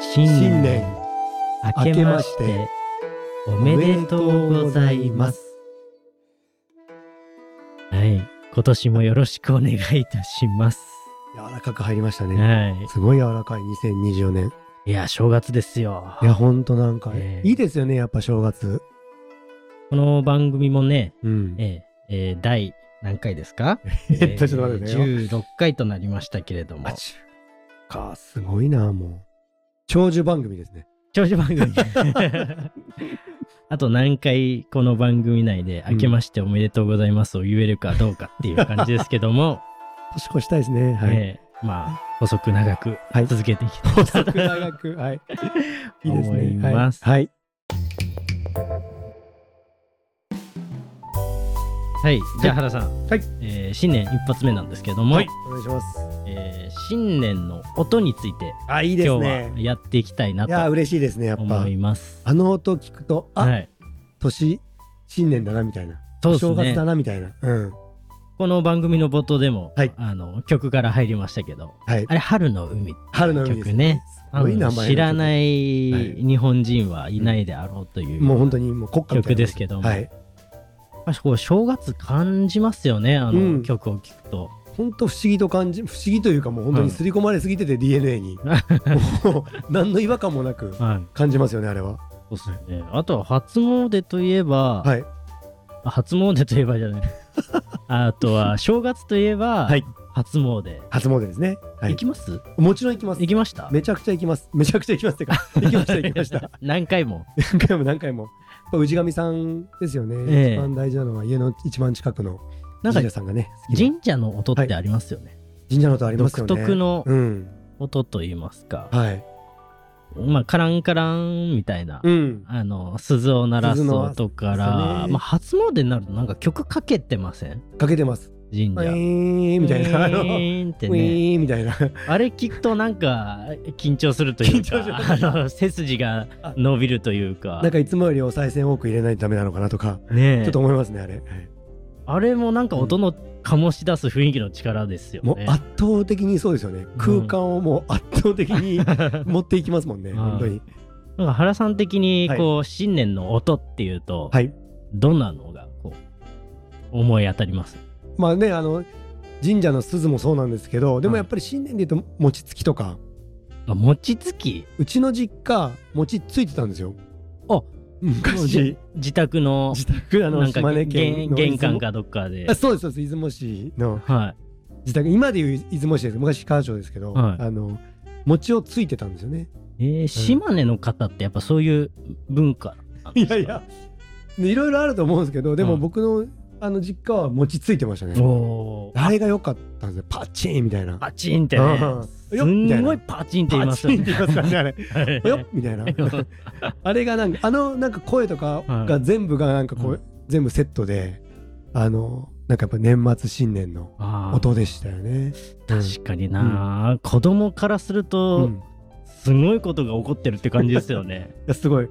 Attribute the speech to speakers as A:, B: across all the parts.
A: 新
B: 新
A: 年
B: 年
A: 明けましておめでとうございます。はい、今年もよろしくお願いいたします。
B: 柔らかく入りましたね。
A: は
B: すごい柔らかい2024年。
A: い、いや正月ですよ
B: い。や、ほんとなんか、
A: ええ
B: いいですよね、やっぱ正月。
A: この番組もね、
B: うん。
A: えええー第何回ですか？
B: えっとちょっと待ってね
A: 十六回となりましたけれども
B: あ、ちゅか、すごいな、もう。長寿番組ですね。
A: 長寿番組。あと何回この番組内で「明けましておめでとうございます」を言えるかどうかっていう感じですけども、
B: 年越したいですね。 はい。
A: えーまあ細く長く
B: はい
A: 続けていきたい
B: 細く長く、 はい。いいです
A: 思い
B: ね。はい
A: ます
B: はい。
A: はい、じゃあ原さん、
B: はい
A: えー新年一発目なんですけども、
B: お願いします。
A: えー新年の音について
B: あ、いいです
A: 今日は
B: ね。
A: やっていきたいない
B: や、
A: と
B: 嬉しいですね、やっぱ
A: 思。います。
B: あの音聞くと、あ、
A: はい、
B: 年、新年だな、みたいな。
A: そう
B: お
A: です
B: 正月
A: ね
B: だな、みたいな。うん。
A: この番組の冒頭でも、
B: はい
A: あの曲から入りましたけど
B: はい
A: あ。れ「春の海」
B: 春の海です
A: 曲ね。
B: すごい名前の曲
A: 知らない
B: はい
A: 日本人はいないであろうという、
B: もう本当にもう国家みたいな
A: 曲ですけども
B: はい。
A: やっぱりこう正月感じますよねあの、
B: うん
A: 曲を聴くと
B: 本当不思議と感じ不思議というかもう本当に刷り込まれすぎてて DNA に、もう何の違和感もなく
A: はい
B: 感じますよねあれは
A: そうですねあとは初詣といえば、
B: はい
A: あ初詣といえば じゃないあとは正月といえば、
B: はい
A: 初詣、
B: 初�詣ですね、はい
A: 行、きます
B: もちろん行きます
A: 行きました
B: めちゃくちゃ行きますめちゃくちゃ行きますって か行きました行きました
A: 何回も
B: 何回も何回もやっぱ氏神さんですよね、
A: ええ
B: 一番大事なのは家の一番近くの
A: なんか
B: 神社さんがね好きな
A: 神社の音ってありますよね、
B: 神社のとありますよ
A: 独
B: ね
A: 特の
B: うん
A: 音といいますか、
B: はい
A: まあカランカランみたいな、
B: うん
A: あの鈴を鳴らす音
B: 鈴ので
A: か
B: す
A: ら、
B: ね
A: まあ、初詣になるとなんか曲かけてません
B: かけてます
A: 神
B: ウィ
A: 社。
B: ーンみたいなあ
A: ウィ
B: のウィ
A: ーンってね。
B: ーンみたいな
A: あれきっとなんか緊張するという
B: 緊張
A: か、あ
B: し
A: の背筋が伸びるというか
B: なん、かいつもよりお賽銭多く入れないとダメなのかなとか
A: ね
B: ちょっと思いますねあれ、はい
A: あれもなんか音の醸し出す雰囲気の力ですよ
B: もう
A: ね。
B: 圧倒的にそうですよね、空間をもう圧倒的に 持っていきますもんね、
A: うん
B: 本当に。
A: なんか原さん的にこう、新年の音っていうと、
B: はい、
A: どんなのがこう思い当たります
B: まあねあの神社の鈴もそうなんですけどでもやっぱり新年で言うと餅つきとか
A: あ餅つき
B: うちの実家餅ついてたんですよ。
A: あ
B: 昔
A: 自宅の
B: 自宅あの
A: なんか
B: 島根
A: 玄
B: 県の
A: 玄関
B: 出雲
A: かどっかで
B: あ。そうですそうです出雲市の
A: は
B: 自宅今でいう出雲市です昔川町ですけど、
A: はい
B: あの餅をついてたんですよね。
A: い。えー島根の方ってやっぱそういう文化なんで
B: い
A: すか
B: やいやでいろいろあると思うんですけどで
A: う
B: も
A: ん
B: 僕の,、あの実家は餅ついてましたね。
A: おー
B: あれが良かったんですよ。パチンみたいな。
A: パチンってね
B: うん
A: す
B: よっみた
A: ん
B: い
A: ご
B: ない
A: パチンって言い
B: パ
A: ます
B: チン
A: よ
B: って言いますからね、あれ。
A: ね
B: よっみたいな。あれがなんか、あの、なんか声とかが全部がなんかこ、
A: はいう
B: 全部セットで、あの、なんかやっぱ年末新年の
A: あー
B: 音でしたよね。
A: 確かにな、子供からすると、
B: うんい
A: すごいことが起こってるって感じですよ ね
B: やす ごい。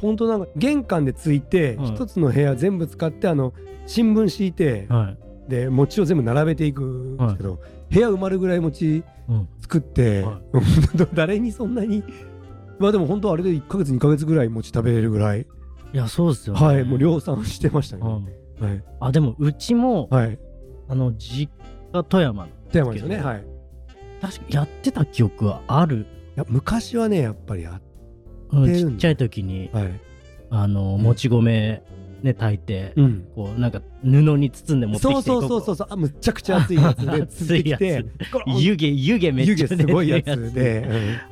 B: 本当なんか、玄関でついて、
A: はい
B: 一つの部屋全部使って、あの、新聞敷いて、
A: はい、
B: で、餅を全部並べていくんですけど、部屋埋まるぐらい餅
A: うん、
B: 作って、
A: は
B: 誰にそんなにまあでも本当あれで1ヶ月2ヶ月ぐらい餅食べれるぐらい
A: いやそうですよ、ね、
B: はいもう量産してました
A: う
B: ね
A: ん
B: はい
A: あでもうちも、
B: はい
A: あの実家富山の
B: 富山ですよねはいい
A: 確かやってた記憶はある、
B: や昔はねやっぱりあ
A: うん
B: 出るんだ
A: ちっちゃい時に
B: はい
A: あのもち米ね炊いて、
B: うん
A: こうなんか布に包んで持ってきて
B: そうそうそうそううそうあむちゃくちゃ熱いやつで
A: 熱いやつ
B: 釣ってきてゴロン
A: 湯気湯気めっちゃ
B: 湯気すごいやつ
A: 出てる
B: で、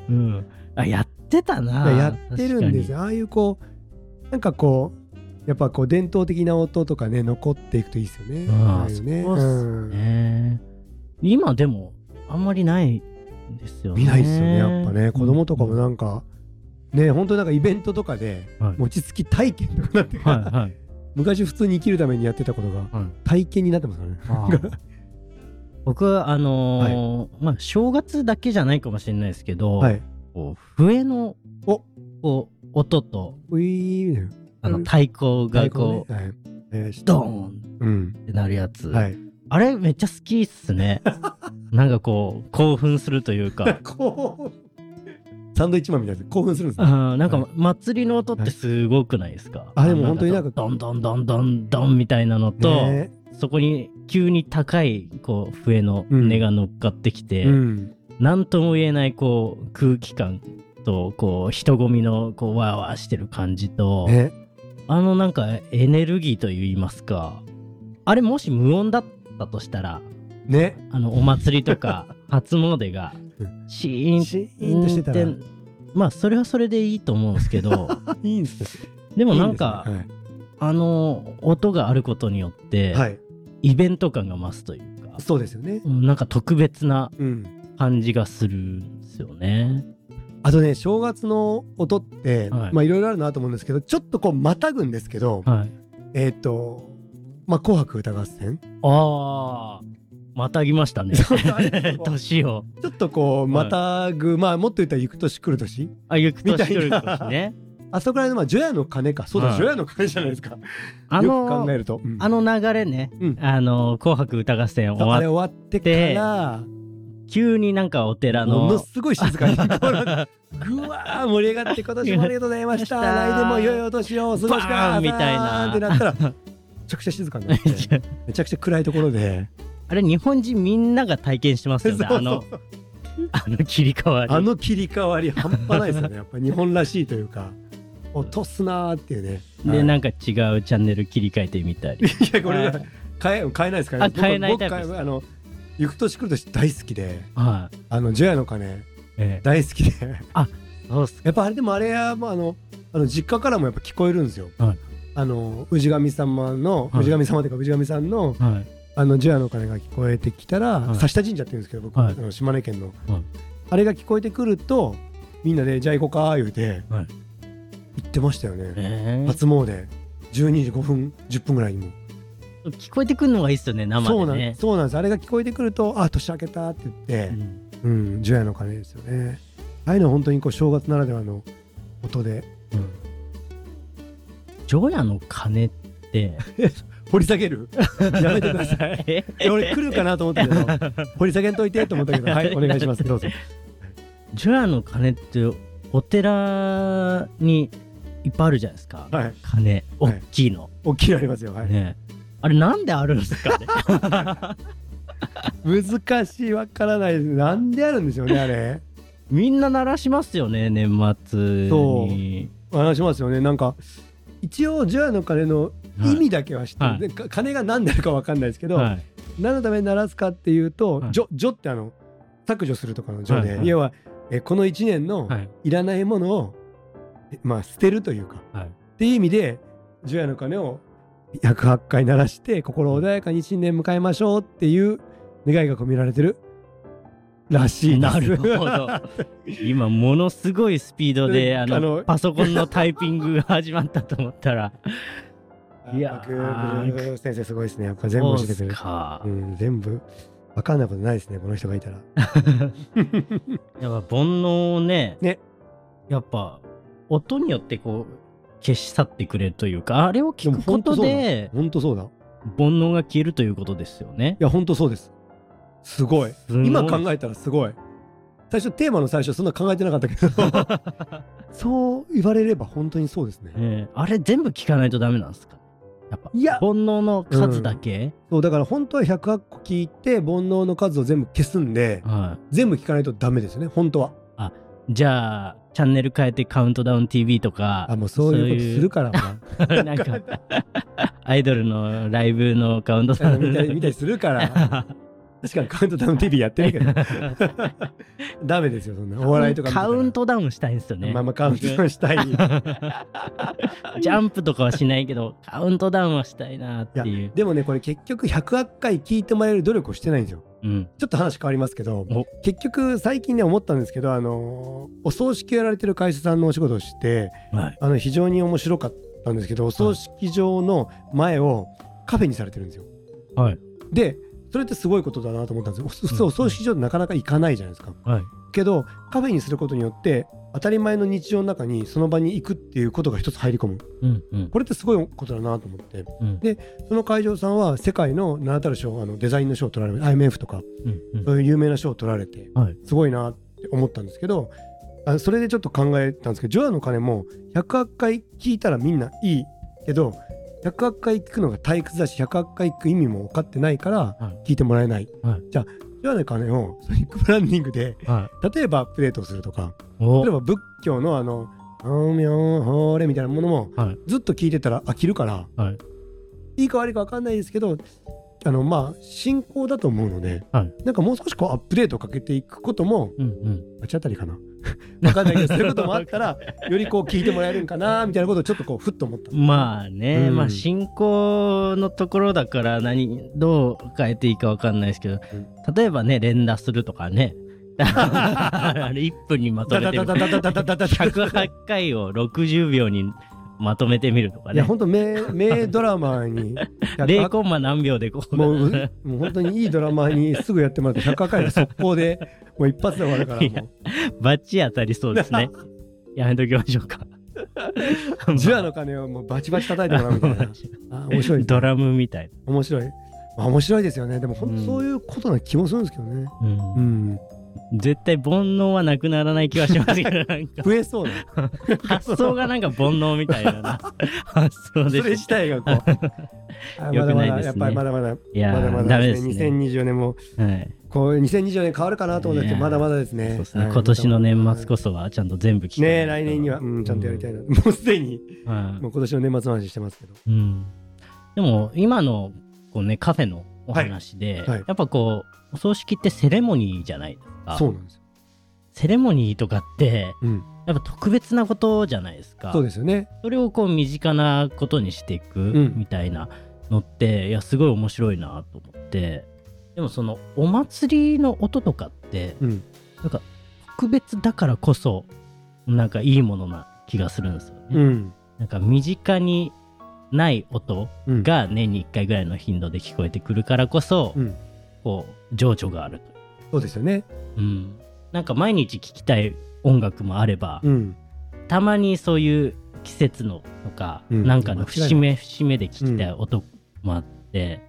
B: うん
A: うん、あやってたな
B: やってるんですよああいうこうなんかこうやっぱこう伝統的な音とかね残っていくといいですよね
A: ああ
B: あいうね
A: そうっす
B: うん
A: ね今でもあんまりないですよね
B: 見ないですよねやっぱね子供とかも
A: は
B: なんか、ね本当になんかイベントとかで
A: はい
B: 餅つき体験とかなって
A: い
B: るから、
A: はい
B: 昔普通に生きるためにやってたことが
A: はい
B: 体験になってますからね
A: ああ僕はあのーまあ正月だけじゃないかもしれないですけど、
B: はい
A: こう笛の
B: お
A: こう音と
B: ウィーン
A: あ
B: う
A: の
B: ん
A: 太鼓がこう、
B: はいえー
A: ドーン
B: うん
A: ってなるやつ、
B: はい
A: あれめっちゃ好 きっすねなんかこう興奮するというか
B: こうサンドイッチマンみたいな興奮するんですね
A: あーなんか
B: はい
A: 祭りの音ってすごくないですか、
B: あでも本当になんか
A: ドンドンドンドンドンみたいなのと、
B: ね
A: そこに急に高いこう笛の音が乗っかってきて、
B: うん、
A: なんとも言えないこう空気感とこう人混みのこうワーワーしてる感じと、
B: ね
A: あのなんかエネルギーといいますかあれもし無音だったとしたら
B: ね
A: あのお祭り とか初詣が
B: う
A: シーン
B: シーンとしてたら
A: ってまあそれはそれでいいと思うんです けど
B: いいんですね
A: でもなんか
B: いいですね
A: あの音があることによっ
B: は
A: て、
B: い、はい、
A: イベント感が増すというか
B: そうですよね
A: うんなんか特別な
B: うん
A: 感じがするんですよね。
B: あとね正月の音って、
A: はい
B: まあいろいろあるなと思うんですけどちょっとこうまたぐんですけど、
A: はい、
B: えっ、とまあ「紅白歌合 戦
A: ああまたぎま したね
B: そうそうあれ
A: 年を」
B: ちょっとこうまたぐ、まあもっと言ったら「行く年来る年
A: あゆく年来る
B: みたい
A: 年
B: な
A: ね」
B: あそこら辺のまあ除夜の鐘かそうだ、
A: はい
B: 除夜の鐘じゃないですか
A: あ
B: よく考え
A: の
B: ると、うん
A: あの流れね、
B: うん
A: あの「紅白歌合戦」
B: あ
A: 終
B: れ
A: わっ
B: 終わってから
A: 急になんかお寺の
B: ものすごい静か にこうなんか
A: バ
B: ぐわー盛り上がって今年もありがとうございました
A: ありがとうござ
B: 来
A: いました
B: 年も良いお年をお過ごしくださ
A: ーンみたい
B: っ
A: な
B: てなったらめちゃくちゃ静かに なってめちゃくちゃ暗いところで
A: あれ日本人みんなが体験してますよね
B: そう
A: あのあの切り替わり
B: あの切り替わり半端ないです よね。やっぱり日本らしいというか、落とすなーっていうね。
A: で
B: ん
A: なんか違うチャンネル切り替えてみ たり
B: いやこれ
A: はい
B: 変え変えないですか
A: あ変えないタイプで
B: 僕
A: す
B: 僕あの行く年来る年大好きで、
A: はい、
B: あのジョヤの鐘
A: え
B: 大好きで、
A: えそうっす
B: やっぱあれでもあれはまああのあの実家からもやっぱ聞こえるんですよ。
A: はい
B: あの氏神様の
A: はい
B: 氏神様というか氏神さんの
A: かはい
B: あのジョヤの鐘が聞こえてきたら、
A: はい
B: 差田神社って言うんですけど僕、
A: はい
B: あの島根県の、
A: はい
B: あれが聞こえてくるとみんなでじゃあ行こうかー言うて、
A: はい
B: 行ってましたよね。
A: え
B: 初詣12時5分10分ぐらいにも、
A: え聞こえてくるのがいいっすよね生
B: そう
A: で
B: なん
A: ね
B: そうなんですあれが聞こえてくるとあ年明けたって言って
A: ん
B: うん除夜、の鐘ですよねああいうのは本当にこう正月ならではの音で
A: うん除夜の 鐘って
B: 掘り下げ るやめてください
A: え
B: いや俺来るかなと思ったけど掘り下げんといてと思ったけどはいお願いしますどうぞ
A: 除夜の鐘ってお寺にいっぱいあるじゃないですか、
B: はい
A: 鐘
B: は
A: 大
B: い
A: きいの、
B: 大きいのありますよはい、
A: ねあれなんであるん ですかね
B: 難しいわからないなんであるんでしょうねあれ
A: みんな鳴らしますよね年末に
B: 話しますよねなんか一応除夜の鐘の意味だけは知ってる、
A: はい
B: でか鐘が何であるかわかんないですけど、
A: はい
B: 何のために鳴らすかっていうと
A: は
B: 「
A: い
B: 除、除ってあの削除するとかの除で、
A: はいはい
B: 要はえこの1年の
A: はい
B: いらないものを、えまあ、捨てるというか、
A: はい
B: っていう意味で除夜の鐘を108回鳴らして心穏やかに新年迎えましょうっていう願いが込められてるら しいです
A: なるほど今ものすごいスピードで
B: うん
A: あの
B: あの
A: パソコンのタイピングが始まったと思ったらいやー
B: あグルー先生すごいですねやっ ぱ全
A: そ
B: 部
A: う
B: 教え
A: って
B: く
A: す
B: れる、
A: か、
B: うん、全部分かんないことないですねこの人がいたら
A: やっぱ煩悩をね
B: ね
A: やっぱ音によってこう消し去ってくれるというかあれを聞
B: でも
A: くこ
B: 本当
A: と
B: そうだ
A: で
B: 本当そうだい
A: 煩悩が消えるということですよね。
B: や本当そうですすごい
A: すごい
B: 今考えたらすごい最初テーマの最初そんな考えてなかったけ どそう言われれば本当にそうですね、
A: ねえあれ全部聞かないとダメなんですかやっぱ
B: いや
A: 煩悩の数だけ、
B: そうだから本当は108個聞いて煩悩の数を全部消すんで
A: は、
B: 全部聞かないとダメですね本当はい
A: じゃあチャンネル変えて「カウントダウン TV」とか
B: あもうそういうことするからな
A: そういうなんか アイドルのライブのカウントダウン
B: 見たり見たりするから 確かにカウントダウン TV やってるけど ダメですよそんなお笑いとか見てた
A: カ
B: ら
A: ウントダウンしたいんですよね。
B: まあまあカウントダウンしたい
A: ジャンプとかはしないけど、カウントダウンはしたいなっていう。
B: でもねこれ結局108回聞いてもらえる努力をしてないんですよ
A: うん。
B: ちょっと話変わりますけど
A: お
B: 結局最近ね思ったんですけどあのお葬式をやられてる会社さんのお仕事をして
A: はい。
B: あの非常に面白かったんですけどお葬式場の前をカフェにされてるんですよ。
A: はい
B: でそれってすごいことだなと思ったんですよ。普通
A: うん
B: お葬式場ってなかなか行かないじゃないですか。
A: はい。
B: けどカフェにすることによって当たり前の日常の中にその場に行くっていうことが一つ入り込む
A: うんうん。
B: これってすごいことだなと思って
A: うん
B: その会場さんは世界の名だたる賞あのデザインの賞を取られる IMF とか
A: うんうん
B: そういう有名な賞を取られて、
A: はい
B: すごいなって思ったんですけどあそれでちょっと考えたんですけど「除夜の鐘」も108回聞いたらみんないいけど108回聞くのが退屈だし108回聞く意味も分かってないから
A: はい
B: 聞いてもらえない、
A: はい
B: じゃあ「除夜の鐘」をソニックブランディングで
A: は
B: 例えばアップデートするとか
A: い。お
B: 例えば仏教のあの「あーみょんほーれ」みたいなものも
A: はい
B: ずっと聞いてたら飽きるから、、
A: はい
B: いか悪いか分かんないですけどあのまあ信仰だと思うので、
A: はい
B: なんかもう少しこうアップデートをかけていくことも
A: うんうん。
B: 罰当たり かな分かんないけどそういうこともあったらよりこう聞いてもらえるんかなみたいなことをちょっとこうふっと思った。
A: まあね、
B: うん
A: まあ進行のところだから何、どう変えていいかわかんないですけど、例えばね、連打すると かね。あれ1分にまと
B: だ
A: め
B: だ
A: て
B: だ
A: み
B: だ
A: る。
B: だだだだだだ
A: 108回を60秒にまとめてみると か
B: いや
A: ね。
B: 本当名名ドラマに
A: 0コンマ何秒でこう。
B: もううもう本当にいいドラマにすぐやってもらって100回で速攻でもう一発で終わるから もう。
A: バッチリ当たりそうですね。やめときましょ うか。
B: ジュアの鐘をもうバチバチ叩いて もらうみたいな。あ面白い。
A: ドラムみたい
B: 面白い。まあ面白いですよね。でも本
A: う
B: 当
A: ん
B: そういうことな気もするんですけどね。
A: な、
B: う
A: うん
B: ん。
A: 絶対煩悩はなくならない気はしますけど、なんか
B: 増え そうな。
A: 発想がなんか煩悩みたいな 発想
B: それ
A: で
B: 自
A: す。
B: 体がこ う。あま
A: 良く
B: だま
A: ないですね
B: だ、やっぱりまだまだ、
A: いや
B: まだま
A: ー、
B: だ
A: ダメ
B: で
A: ですす
B: ね。
A: ね。
B: 2024年も、
A: はい、
B: こう、2024年変わるかなと思ったけ
A: い
B: ど、
A: や
B: ま
A: ー
B: だまだですね。
A: そうですね
B: はい
A: 今年の年末こそはちゃんと全部聞かない
B: ね
A: と
B: 来年には、うん、ちゃんとやりたいな。も うすでに、
A: はい
B: もう今年の年末の話してますけど。
A: うん、でも今のこう、ね、カフェのお話で、
B: はいはい
A: やっぱこうお葬式ってセレモニーじゃないですか
B: そうなんですよ。
A: セレモニーとかって
B: うん。
A: やっぱ特別なことじゃないですか
B: そうですよね。
A: それをこう身近なことにしていく
B: ん
A: みたいなのって、いやすごい面白いなと思ってでもそのお祭りの音とかって
B: うん。
A: 特別だからこそなんかいいものな気がするんですよね、
B: うん。
A: なんか身近にない音
B: うん。
A: が年に1回ぐらいの頻度で聞こえてくるからこそ、
B: うん。
A: こう情緒があると
B: そうですよね。
A: いう、うん、なんか毎日聴きたい音楽もあれば、
B: うん。
A: たまにそういう季節のとか、
B: うん
A: なんか
B: 間違いな
A: の
B: い
A: 節目節目で聞きたい音もあって、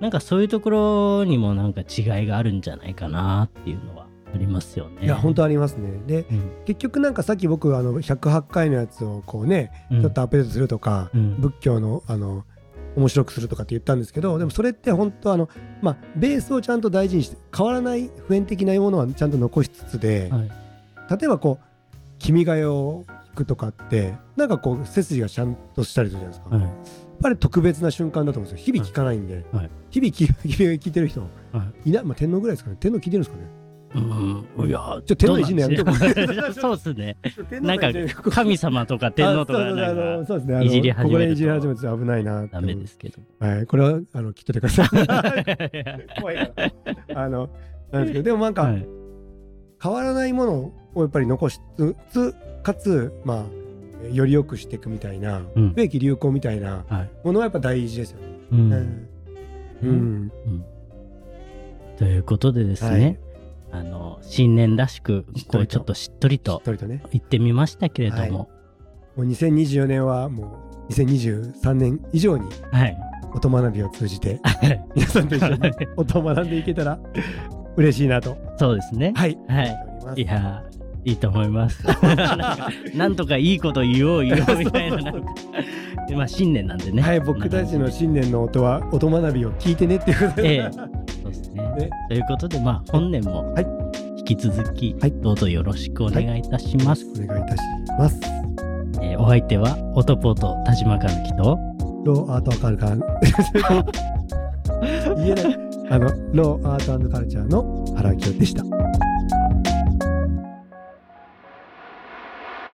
A: なんかそういうところにもなんか違いがあるんじゃないかなっていうのはありますよね。
B: いや、本当ありますね。で、
A: うん
B: 結局なんかさっき僕あの108回のやつをこうね
A: うん
B: ちょっとアップデートするとか、
A: うん
B: 仏教のあの面白くするとかって言ったんですけどでもそれって本当あのまあベースをちゃんと大事にして変わらない普遍的なものはちゃんと残しつつで、
A: はい
B: 例えばこう「君が代」を聞くとかってなんかこう背筋がちゃんとしたりするじゃないですか、
A: はい
B: やっぱり特別な瞬間だと思うんですよ日々聞かないんで、
A: はい
B: 日々聞 日々聞いてる人
A: はい
B: いない、まあ、天皇ぐらいですかね天皇聞いてるんですかね
A: うん、 い
B: ち
A: や
B: ょっと手のいじんのやめとこう
A: どうなんでし ょうそうですねなんか神様とか天皇とか
B: あそう
A: なんか
B: そうそうあのそうですねあの
A: いじり始め
B: こ
A: ると
B: こでいじり始めて危ないなって
A: ダメですけど
B: はいこれは あの聞いといてくださ い怖いからあのなんですけどでもなんか、
A: はい
B: 変わらないものをやっぱり残しつつかつまあより良くしていくみたいな
A: うん
B: 不益流行みたいな
A: はい
B: ものはやっぱ大事ですよね
A: う
B: うんん、うん
A: うんということでです
B: はい
A: ね、あの新年らしく
B: しっとりと
A: こうちょっとしっとり
B: しっ
A: と
B: とりとね
A: 行ってみましたけれども
B: もう2024年はもう2023年以上に
A: はい、
B: 音学びを通じ て皆さんと一緒に音を学んでいけたら嬉しいなと
A: そうですね
B: はい
A: はい
B: 思っております
A: いやーいいと思いま すなんかなんとかいいこと言おう言おうみたいな なんかまあ新年なんでね
B: はい、僕たちの新年の音は音学びを聞いてねっていうことで、
A: ええそうですね
B: ね
A: ということでまあ本年も
B: はい
A: 引き続き
B: はい
A: どうぞよろしくお願いいたします、
B: お願いいたします。
A: えーお相手はオトポート田島和樹と
B: ローアートカルチャ ー言えないあのローアートカルチャーの原清でした。